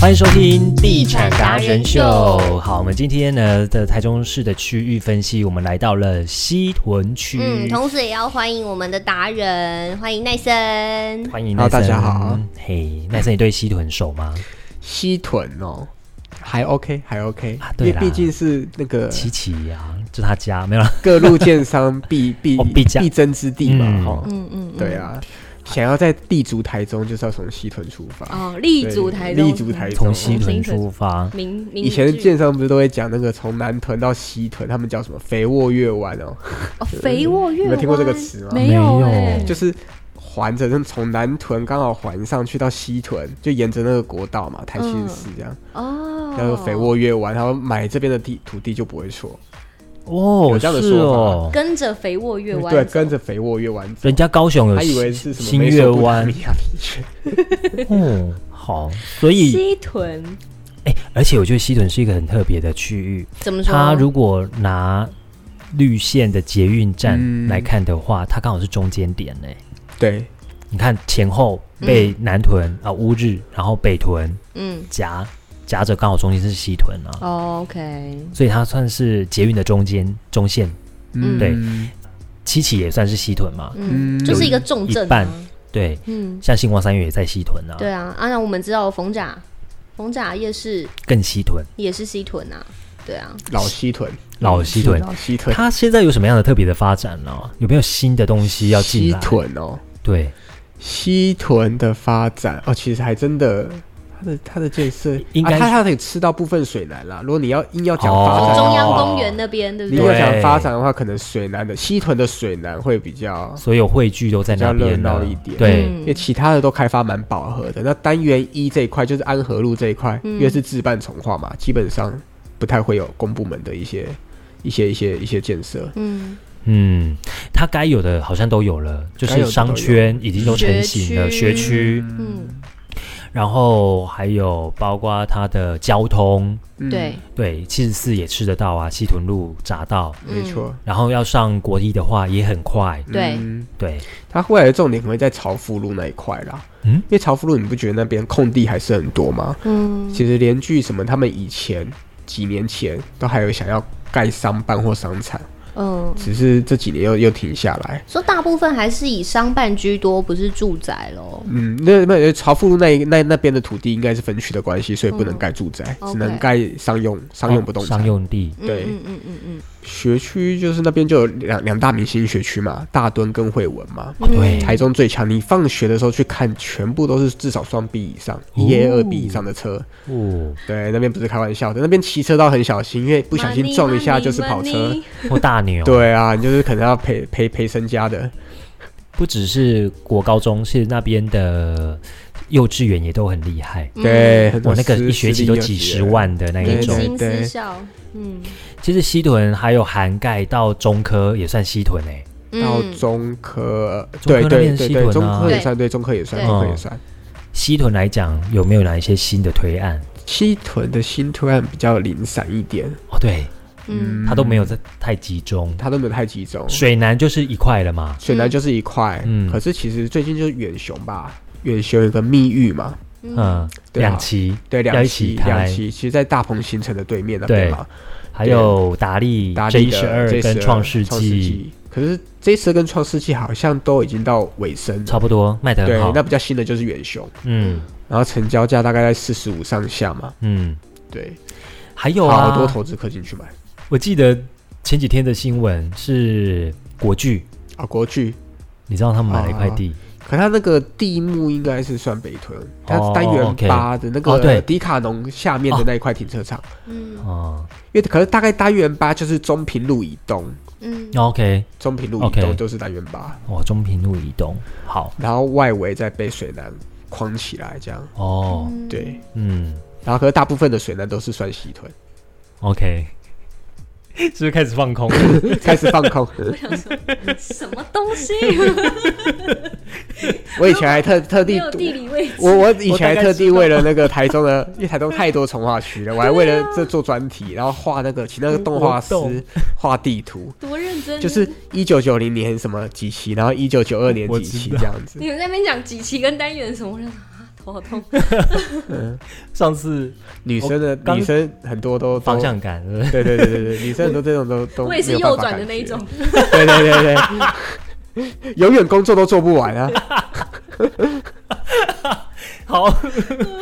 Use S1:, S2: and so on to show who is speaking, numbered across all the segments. S1: 欢迎收听《地
S2: 产达人秀
S1: 好，我们今天呢的台中市的区域分析，我们来到了西屯区。
S2: 嗯，同时也要欢迎我们的达人，欢迎奈森。
S1: 欢迎
S3: Hello，大家
S1: Nelson
S3: 好。
S1: 嘿，奈森，你对西屯熟吗？
S3: 西屯哦，还 OK，还 OK，、
S1: 啊
S3: 因
S1: 对
S3: 为
S1: 啦
S3: 毕竟是那个
S1: 琪琪啊，就他家没有啦。
S3: 各路 建商必必
S1: 哦必加
S3: 必争之地嘛，
S1: 嗯
S3: 哈、
S2: 嗯嗯，嗯
S3: 对。啊，想要在立足台中，就是要从西屯出发。
S1: 啊
S2: 哦，立足
S3: 对
S2: 台中，
S3: 立足台中
S1: 从西屯出发，
S2: 明明
S3: 以前建商不是都会讲那个从南屯到西屯，他们叫什么肥沃月湾哦，
S2: 哦，肥沃月
S3: 嗯你
S2: 湾，
S3: 们听过这个词吗
S2: 没
S1: 没
S2: 有
S1: 有
S2: 哎，
S3: 就是是环着，从南屯刚好环上去到西屯，就沿着那个国道
S1: 嗯
S3: 嘛，台七十四这样，
S2: 哦，
S3: 叫做肥，沃月湾，然后买这边的地土地就不会错，
S1: 哦，
S3: 有这样的
S1: 是
S3: 说
S1: 哦，
S2: 跟着肥沃月湾，
S3: 对，跟着肥沃月湾走
S1: 人。家高雄有
S3: 还以为是什
S1: 呃
S3: 么
S1: 新
S3: 美
S1: 月
S3: 索不达
S1: 湾
S3: 米，亚平原
S1: 嗯，好，所以
S2: 西屯，
S1: 哎、而且我觉得西屯是一个很特别的区域，
S2: 怎么说？
S3: 啊
S1: 它如果拿绿线的捷运站
S3: 嗯
S1: 来看的话，它刚好是中间点呢、
S3: 对，
S1: 你看前后
S3: 嗯
S1: 被南屯啊、乌日，然后北屯
S2: 嗯
S1: 夹夹着，刚好中间是西屯啊，
S2: 哦，OK，
S3: 嗯
S1: 所以它算是捷运的中间中线。
S2: 嗯
S1: 对，七期也算是西屯嘛，
S2: 嗯，
S3: 嗯
S2: 就是一个重镇
S1: 一
S2: 啊
S1: 半，对，
S2: 嗯，
S1: 像星光三月也在西屯啊，
S2: 对啊，啊，那我们知道逢甲，逢甲夜市
S1: 更西屯，
S2: 也是西屯啊，对啊，
S3: 老西屯，
S1: 老西屯
S3: 是老西屯，
S1: 它现在有什么样的特别的发展呢、有没有新的东西要进
S3: 西
S1: 来？
S3: 屯哦，
S1: 对，
S3: 西屯的发展哦，其实还真的，它的它的建设
S1: 应该
S3: 啊它它可以吃到部分水南啦。如果你要硬要讲
S1: 哦
S3: 发展，
S2: 中央公园那边对不
S3: 你
S2: 对
S3: 要？
S1: 对
S3: 讲发展的话，可能水南的西屯的水南会比较，
S1: 所有汇聚都在那边
S3: 比
S1: 呢
S3: 较热闹一点
S1: 对，
S2: 嗯
S3: 因为其他的都开发蛮饱和的。那单元一这一块就是安和路这一块，
S2: 嗯
S3: 因为是自办重化嘛，基本上不太会有公部门的一些一些一些一些建设。
S2: 嗯，
S1: 嗯，它该有的好像都有了，就
S3: 该有
S1: 是
S3: 的
S1: 商圈已经都成型了，学
S2: 学区
S1: 区，
S2: 嗯，
S1: 然后还有包括它的交通，
S3: 嗯
S2: 对，，
S1: 对，七十四也吃得到啊，西屯路匝道，
S2: 嗯
S3: 没错，
S1: 然后要上国一的话也很快，
S2: 对
S3: 嗯
S1: 对，
S3: 它未来的重点可能会在朝福路那一块啦。
S1: 嗯
S3: 因为朝福路你不觉得那边空地还是很多吗？
S2: 嗯，
S3: 其实连剧什么，他们以前几年前都还有想要盖商办或商场，
S2: 嗯，
S3: 只是这几年又又停下来。
S2: 说大部分还是以商办居多，不是住宅喽。
S3: 嗯，那那朝福路那一那那边的土地应该是分区的关系，所以不能
S2: 嗯
S3: 盖住宅，
S2: OK
S3: 只能盖商用商用不动产。
S1: 商用地，
S3: 对
S2: 嗯嗯嗯嗯
S3: 学区就是那边就有两两大明星学区嘛，大墩跟惠文嘛。
S2: 嗯，
S1: 对
S3: 台中最强，你放学的时候去看，全部都是至少双 B 以上，一 A 二 B 以上的车，
S1: 哦，
S3: 对，那边不是开玩笑的，那边骑车道很小心，因为不小心撞一下就是跑车。
S1: 或大牛，
S3: 对啊，你就是可能要赔赔赔身家的。
S2: 嗯
S1: 不只是国高中，是那边的幼稚园也都很厉害。
S3: 对，
S1: 我那个
S3: 私
S1: 一学期都几十。万的那
S2: 明
S1: 一
S3: 对
S1: 种，
S2: 星
S3: 对
S2: 私校，嗯，
S1: 其实西屯还有涵盖到中科，也算西屯哎、
S3: 私立幼稚园
S2: 嗯
S3: 到中科，
S1: 中科
S3: 对
S1: 那
S3: 对
S1: 边
S3: 对
S1: 西
S3: 对，
S1: 屯
S3: 中
S1: 啊嗯
S3: 科也算，对中科也算，
S2: 对
S3: 中科也算。
S1: 西屯来讲，有没有哪一些新的推案？
S3: 西屯的新推案比较零散一点，
S1: 哦，对，
S2: 嗯
S1: 它都没有在太集中。
S3: 它都没有太集中。
S1: 水南就是一块了嘛，
S3: 水南就是一块，
S1: 嗯
S3: 可是其实最近就是远雄吧，远雄有个蜜玉嘛，
S2: 嗯
S1: 嗯，
S3: 对啊
S1: 两期，
S3: 对，
S1: 要
S3: 两
S1: 一起
S3: 期
S1: 开
S3: 两期，其实在大鹏新城的对面那边
S1: 对
S3: 嘛。
S1: 还有达利
S3: 达
S1: J
S3: 利
S1: 十
S3: 的
S1: 二
S3: J
S1: 跟
S3: 12
S1: 创世
S3: 创世
S1: 纪，
S3: 纪，可是 J 十二跟创世纪好像都已经到尾声了。
S1: 差不多卖得
S3: 对
S1: 很，好
S3: 那。比较新的就是远雄，
S1: 嗯
S3: 然后成交价大概在四十五上下嘛。
S1: 嗯，
S3: 对，
S1: 还有啊，
S3: 好多投资客进去买
S1: 我记得前几天的新闻是国巨，
S3: 啊。国巨，
S1: 你知道他们买了一块地，
S3: 可它那个地目应该是算北屯，它
S1: 哦
S3: 单元
S1: OK
S3: 八的那
S1: 哦对
S3: 个迪卡侬下面的那一块停车场，
S2: 嗯
S1: 哦
S3: 因为可是大概单元八就是中平路以东，
S2: 嗯，
S1: 哦，OK，
S3: 中平路以
S1: OK
S3: 东就是单元八，
S1: 哦，中平路以东，好，
S3: 然后外围再被水南框起来这样。
S1: 哦，
S2: 嗯
S3: 对，
S1: 嗯
S3: 然后可是大部分的水南都是算西屯。
S1: ，OK，是不是开始放空？
S3: 开始放空。
S2: 什么东 西？
S3: 我以前还特特
S2: 没
S3: 地
S2: 有，地理位置，
S3: 我我以前还特地为了那个台中的，因为台中太多从化区了，我还为了这做专题，然后画那个请那个动画师
S1: 我懂
S3: 画地图，
S2: 多认真，
S3: 就是一九九零年什么几期，然后一九九二年
S1: 我
S3: 几期
S1: 知道
S3: 这样子。
S2: 你们在那边讲几期跟单元什么，我就想啊，头好痛。
S1: 上次
S3: 女生的
S1: 刚
S3: 女生很多都
S1: 方，向感，对不对
S3: 都对对对对对， 女生很多这种都都
S2: 我也是
S3: 没有
S2: 右
S3: 办法
S2: 转
S3: 感
S2: 的那一
S3: 觉
S2: 种，，
S3: 对对对对， 永远工作都做不完啊。
S1: 好，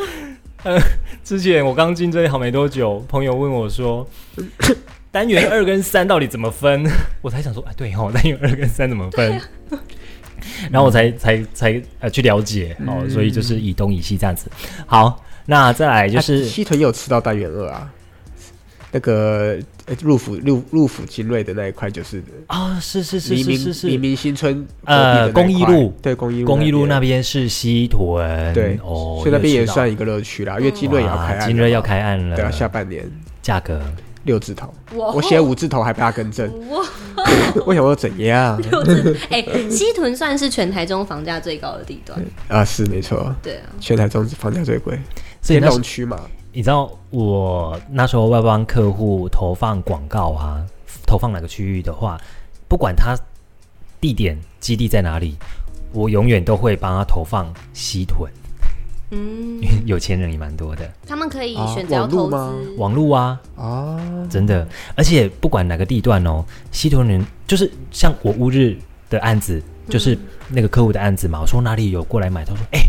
S1: 呃，之前我刚进这一行没多久，朋友问我说，单元二跟三到底怎么分？ 我才想说，哎，对哦，单元二跟三怎么分？
S3: 啊
S1: 然后我才才才呃去了解哦，所以就是以东以西这样子。好，那再 来就
S3: 嗯啊
S1: 是
S3: 西屯也有吃到单元二啊，那个呃入府入入府精锐的那一块就是
S1: 啊、是是是
S3: 黎
S1: 是
S3: 明
S1: 是
S3: 黎
S1: 是，
S3: 明新村
S1: 呃
S3: 隔壁的那一块
S1: 公益路
S3: 对公益路
S1: 公益路那
S3: 边
S1: 边是西屯，
S3: 对
S1: 哦，
S3: 所以那边也
S1: 知道
S3: 算一个乐趣啦，因为金锐也要
S1: 哇
S3: 开案了嘛，
S1: 金瑞要开案了，
S3: 对啊，下半年
S1: 价格
S3: 六字头，
S2: 我
S3: 我写五字头还被他更正，
S2: 哇，
S3: 我想说怎样
S2: 哎、西屯算是全台中房价最高的地段，
S3: 啊？是没错，
S2: 对啊，
S3: 全台中房价最贵，
S1: 所以
S3: 天
S1: 那时
S3: 龙区嘛，
S1: 你知道我那时候外帮客户投放广告啊，投放哪个区域的话，不管他地点基地在哪里，我永远都会帮他投放西屯，
S2: 嗯
S1: 因，为 有钱人也蛮多的，
S2: 他们可以
S3: 啊
S2: 选择要
S3: 网路
S2: 投
S3: 吗
S2: 资，
S1: 网路啊，
S3: 啊，
S1: 真的，而且不管哪个地段哦，西屯人就是像我乌日的案子，就是那个客户的案子嘛，我说哪里有过来买，他说哎、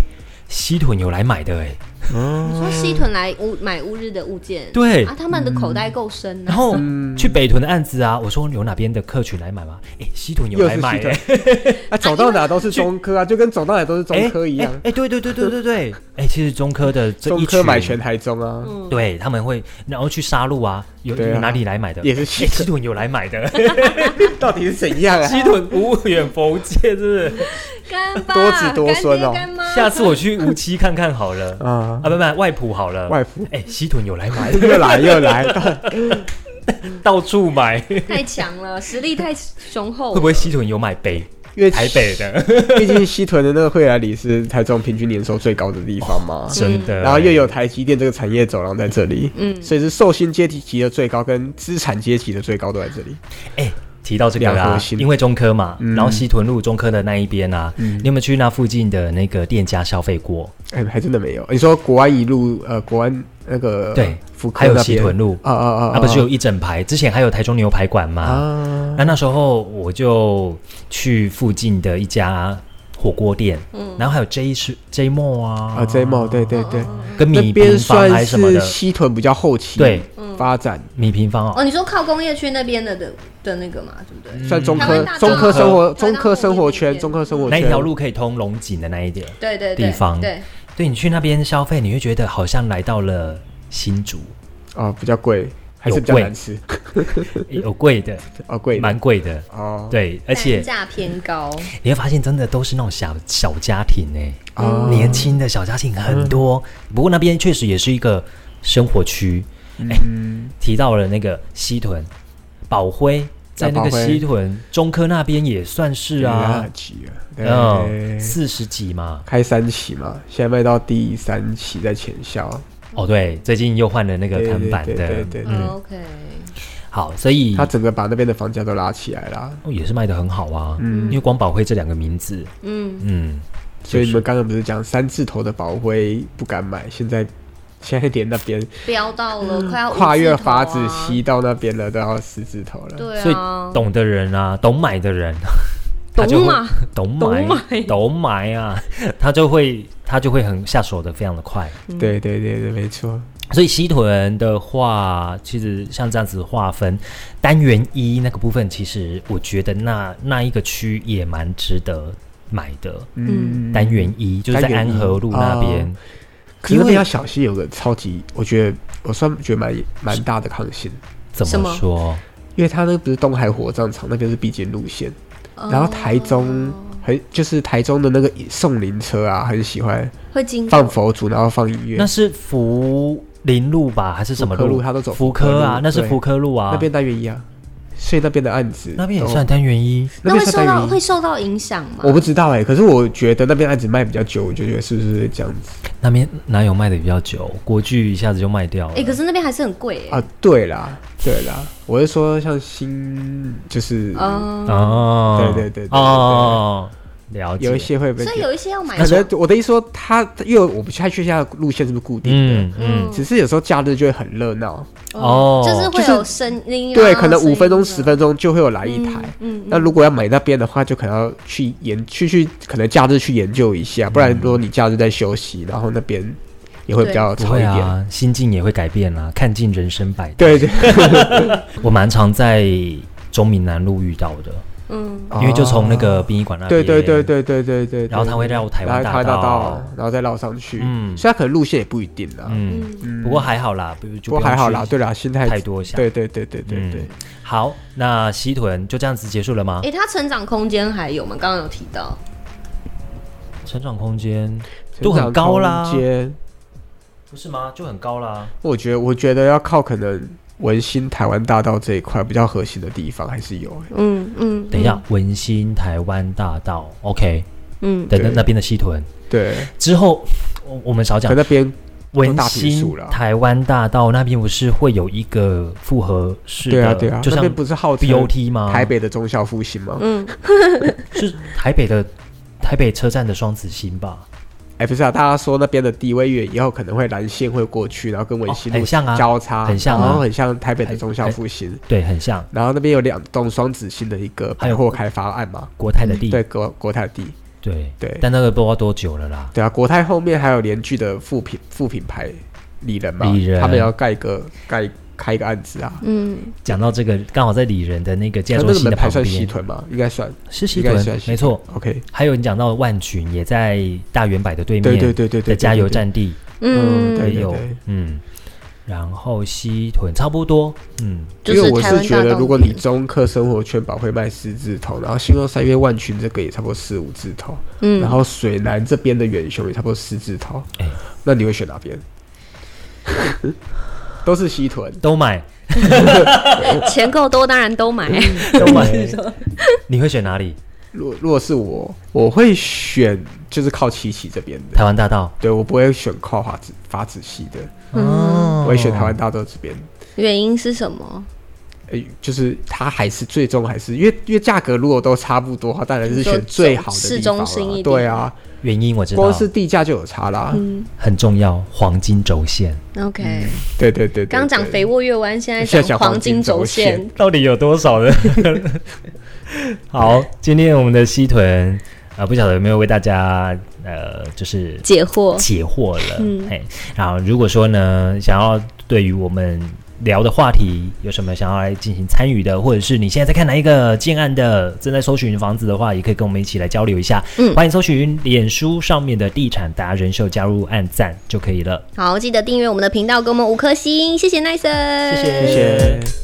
S1: 西屯有来买的哎、
S2: 你说西屯来乌买乌日的物件，
S1: 对
S2: 啊，他们的口袋够深、啊，
S1: 然后
S3: 嗯
S1: 去北屯的案子啊，我说有哪边的客群来买吗？哎、西屯有
S3: 又
S1: 来
S3: 是
S1: 买、
S3: 西
S1: 欸
S3: 屯，，啊，走到哪都是中科啊，就跟走到哪都是中科一样
S1: 哎、，哎对对对对对对，哎、其实中科的这
S3: 中
S1: 一
S3: 科
S1: 群，
S3: 买全台中啊，
S1: 对他们会，然后去杀戮啊，有、
S3: 对啊
S1: 有哪里来买的？
S3: 也是
S1: 西、
S3: 西
S1: 西屯有来买 的，
S3: 到底是怎样啊？
S1: 西屯无远佛界，是不 是？
S2: 干爸
S3: 多子多孙哦
S2: 干爹干妈
S1: 下次我去无期看看好了， 啊不
S3: 啊，
S1: 不，外埔好了，
S3: 外服
S1: 哎、西屯有来买，
S3: 又来又来， 到
S1: 到处买，会
S2: 太强 了，实力太雄厚了，
S1: 不会西屯有买北
S3: 因为
S1: 台北的？
S3: 毕竟西屯的那个惠来里是台中平均年收最高的地方嘛，
S1: 真的，
S3: 然后又有台积电这个产业走廊在这里，
S2: 嗯
S3: 所以是受薪阶级的最高跟资产阶级的最高都在这里。
S1: 哎、提到这个
S3: 两
S1: 啊
S3: 核，心
S1: 因为中科嘛，
S3: 嗯
S1: 然后西屯路中科的那一边啊，你有没有去那附近的那个店家消费过？
S3: 哎，还真的没有。你说国安一路，呃，国安那个
S1: 对
S3: 福科
S1: 还有
S3: 那
S1: 西
S3: 边
S1: 屯路，
S3: 啊啊啊
S1: 啊，不是有一整排？之前还有台中牛排馆嘛？
S3: 啊
S1: 那那时候我就去附近的一家火锅店，
S2: 嗯
S1: 然后还有 J 是 J Mo 啊，
S3: 啊 J Mall 对对对，
S2: 哦
S1: 跟
S3: 那
S1: 米
S3: 边
S1: 平方还
S3: 算
S1: 是什么
S3: 是
S1: 的，
S3: 西屯比较后期
S1: 对
S2: 嗯
S3: 发展，
S1: 米平方哦，
S2: 哦，你说靠工业区那边的的的那个嘛，对不对？
S1: 嗯
S3: 算中
S2: 台
S3: 科
S2: 湾大
S3: 中科
S2: 道
S3: 生活
S2: 台湾
S3: 中科生活
S2: 后
S3: 圈
S2: 面
S3: 中科生活
S1: 那
S3: 圈
S1: 一条路可以通龙井的那一点，
S2: 对对对，
S1: 地方
S2: 对，
S1: 对你去那边消费，你会觉得好像来到了新 竹，
S3: 啊比较贵，还是比较
S1: 有贵
S3: 难吃
S1: 有贵的，
S3: 哦贵
S1: 蛮贵的，
S3: 哦
S1: 对，而且
S2: 单价偏高，
S1: 你会发现，真的都是那种小小家庭哎、
S3: 哦
S1: 年轻的小家庭很多。
S3: 嗯
S1: 不过那边确实也是一个生活区。哎、提到了那个西屯，宝辉在那个
S3: 啊宝辉
S1: 西屯中科那边也算是啊，
S3: 急啊，
S1: 嗯，
S3: 对，
S1: 四十几嘛。
S3: 开三期嘛，现在卖到第三期在前销，
S1: 哦，对，最近又换了那个
S3: 对
S1: 看
S3: 对
S1: 板
S3: 对
S1: 的
S3: 对，对对，
S2: 嗯，OK，
S1: 好，所以
S3: 他整个把那边的房价都拉起来啦。
S1: 哦也是卖的很好啊。
S3: 嗯
S1: 因为光宝辉这两个名字，
S2: 嗯，
S1: 嗯，
S3: 所以你们刚刚不是讲三字头的宝辉不敢买，现在现在连那边
S2: 飙到了快要五
S3: 嗯跨越
S2: 字头
S3: 法子
S2: 啊，
S3: 西到那边了都要四字头了。
S2: 对
S1: 所以
S2: 啊，
S1: 懂的人啊，懂买的人， 他就
S2: 懂
S1: 会
S2: 嘛？
S1: 懂买
S2: 懂买
S1: 懂买啊，他就会他就会很下手的非常的快。
S3: 对对对对，没错。
S1: 所以西屯的话，其实像这样子划分，单元一那个部分，其实我觉得那那一个区也蛮值得买的。
S2: 嗯
S1: 单元一就是在
S3: 单元
S1: 安
S3: 一
S1: 和路那边，
S3: 可是
S1: 因
S3: 那
S1: 为
S3: 边要小心，有个超级，我觉得我算觉得蛮蛮大的抗性，
S1: 怎么说？
S3: 因为它那不是东海火葬场那边是必经路线，
S2: 嗯
S3: 然后台中
S2: 哦
S3: 很就是台中的那个送灵车啊，很喜欢
S2: 会经
S3: 放佛祖，然后放音乐
S1: 那。是福林路吧，还是什么
S3: 福科
S1: 路？
S3: 路他都走
S1: 福
S3: 福科路
S1: 科啊，那是
S3: 对
S1: 福科路啊。
S3: 那边单元一啊，所以那边的案子
S1: 那边也
S3: 都
S1: 算单元一，
S2: 那
S3: 那边
S2: 会受
S3: 算单
S2: 到
S3: 元
S2: 会
S3: 一。
S2: 受到影响吗？
S3: 我不知道哎、可是我觉得那边案子卖比较久，我就觉得是不是这样子
S1: 那边哪有卖的比较久？国剧一下子就卖掉了。
S2: 哎，可是那边还是很贵哎，
S3: 啊？对啦，对啦，我是说像新就是、
S2: 嗯，
S1: 哦，
S3: 对对对对对
S1: 哦，了解，
S3: 有一些会被
S2: 所以有一些要买
S3: 可能我的意思说他，因为我不太确定他的路线是不是固定的，
S1: 嗯嗯，
S3: 只是有时候假日就会很热闹，
S1: 哦
S2: 嗯就是
S3: 就
S2: 会
S3: 是
S2: 有声音啊，
S3: 对，可能五分钟、
S2: 声
S3: 十
S2: 音啊
S3: 分钟就会有来一台。
S2: 嗯，
S3: 那如果要买那边的话，就可能要去研去去，可能假日去研究一下，不然如果你假日在休息，然后那边也会比较
S1: 不
S3: 吵一
S1: 会
S3: 点。
S1: 啊，心境也会改变啦、看尽人生百态。
S3: 对对，
S1: 我蛮常在中闽南路遇到的，
S2: 嗯
S1: 因为就从那个殡仪馆那边，
S3: 对哦对对对对对对，
S1: 然后他会绕台湾
S3: 然后台湾
S1: 大道
S3: 大道，然后再绕上去。
S1: 嗯
S3: 所以它可能路线也不一定啦。
S1: 嗯，
S2: 嗯
S3: 嗯
S1: 不过还好啦，不就
S3: 不过还好啦，
S1: 不
S3: 对啦，心态
S1: 用去太多想。
S3: 对对对对对
S1: 嗯
S3: 对，
S1: 好，那西屯就这样子结束了吗？
S2: 诶，它成长空间还有吗？刚刚有提到，
S1: 成长空间
S3: 成
S1: 都很
S3: 长
S1: 高啦
S3: 空间
S1: 不是吗？就很高啦。
S2: 嗯
S3: 我觉得我觉得要靠可能文心台湾大道这一块比较核心的地方还是有欸、
S2: 嗯嗯，
S1: 等一下，文心台湾大道，OK，
S2: 嗯，
S1: 等
S3: 对
S1: 等那边的西屯
S3: 对，
S1: 之后，我我们少讲
S3: 可那边
S1: 文
S3: 大平
S1: 心
S3: 数啦
S1: 台湾大道那边不是会有一个复合式的，
S3: 对啊对啊，
S1: 就
S3: 那
S1: 像
S3: 边不是号称
S1: BOT 吗？
S3: 台北的中校复兴吗？
S2: 嗯
S1: 是台北的台北车站的双子星吧？
S3: 哎、不是啊，大家说那边的地位越以后可能会蓝线会过去，然后跟文心
S1: 哦
S3: 路
S1: 很像啊
S3: 交叉，
S1: 很像啊
S3: 然后很像台北的中校复兴，
S1: 对，很像
S3: 然后那边有两栋双子星的一个
S1: 还有
S3: 百货开发案嘛，
S1: 国泰的地，
S3: 嗯对，国国泰地，
S1: 对
S3: 对
S1: 但那个不知道多久了啦。
S3: 对啊，国泰后面还有联聚的副品副品牌里仁嘛，
S1: 里仁
S3: 他们要盖一个盖开一个案子啊，
S2: 嗯，
S1: 讲到这个，刚好在里仁的那个建
S3: 那
S1: 筑
S3: 那个
S1: 系
S3: 门
S1: 的
S3: 牌
S1: 旁
S3: 算西
S1: 边，
S3: 屯吗？应该算
S1: 是西
S3: 应该
S1: 屯
S3: 算，西
S1: 没错。
S3: ，OK，
S1: 还有你讲到万群也在大圆柏的对面，
S3: 对对对对对，
S1: 的加油
S3: 对，
S1: 站地
S3: 嗯
S2: 嗯，
S3: 对
S1: 也
S3: 对
S1: 有
S3: 对，
S1: 嗯，然后西屯差不多，嗯，
S3: 对
S2: 就
S3: 因为
S2: 是
S3: 我
S2: 台
S3: 是
S2: 湾
S3: 觉
S2: 大
S3: 得，
S2: 道
S3: 如果
S2: 理
S3: 你中科生活圈宝会卖四字头，然后新光三月万群这个也差不多四五字头，
S2: 嗯，
S3: 然后水南这边的远雄也差不多四字头，
S1: 哎
S3: 那你会选哪边？都是西屯，
S1: 都买
S2: 钱够多，当然都买。
S3: 嗯
S1: 都买，你会选哪里？
S3: 若若是我，我会选就是靠七期这边的，
S1: 台湾大道，
S3: 对我不会选靠法子法子系的，
S1: 哦
S3: 我会选台湾大道这边。
S2: 原因是什么？
S3: 诶，就是它还是最终还是，因为因为价格如果都差不多的话，当然是选最好的
S2: 市
S3: 地方
S2: 中
S3: 啦
S2: 心一点
S3: 对啊，
S1: 原因我知道
S3: 光，是地价就有差啦。
S2: 嗯
S1: 很重要，黄金轴线
S2: ，OK。
S3: 嗯对对对对
S2: 刚讲
S3: 对
S2: 肥沃月湾，现在
S3: 现在讲
S2: 讲
S3: 黄
S2: 黄金
S3: 金轴
S2: 轴线。
S1: 到底有多少人？ 好，今天我们的西屯啊、呃不晓得有没有为大家呃，就是
S2: 解惑，
S1: 解惑了。
S2: 嗯
S1: 哎，然后如果说呢，想要对于我们聊的话题有什么想要来进行参与的，或者是你现在在看哪一个建案的，正在搜寻房子的话，也可以跟我们一起来交流一下。
S2: 嗯
S1: 欢迎搜寻脸书上面的地产达人秀，加入按赞就可以了。
S2: 好，记得订阅我们的频道，给我们五颗星，谢谢奈森，
S1: 谢谢
S3: 谢谢。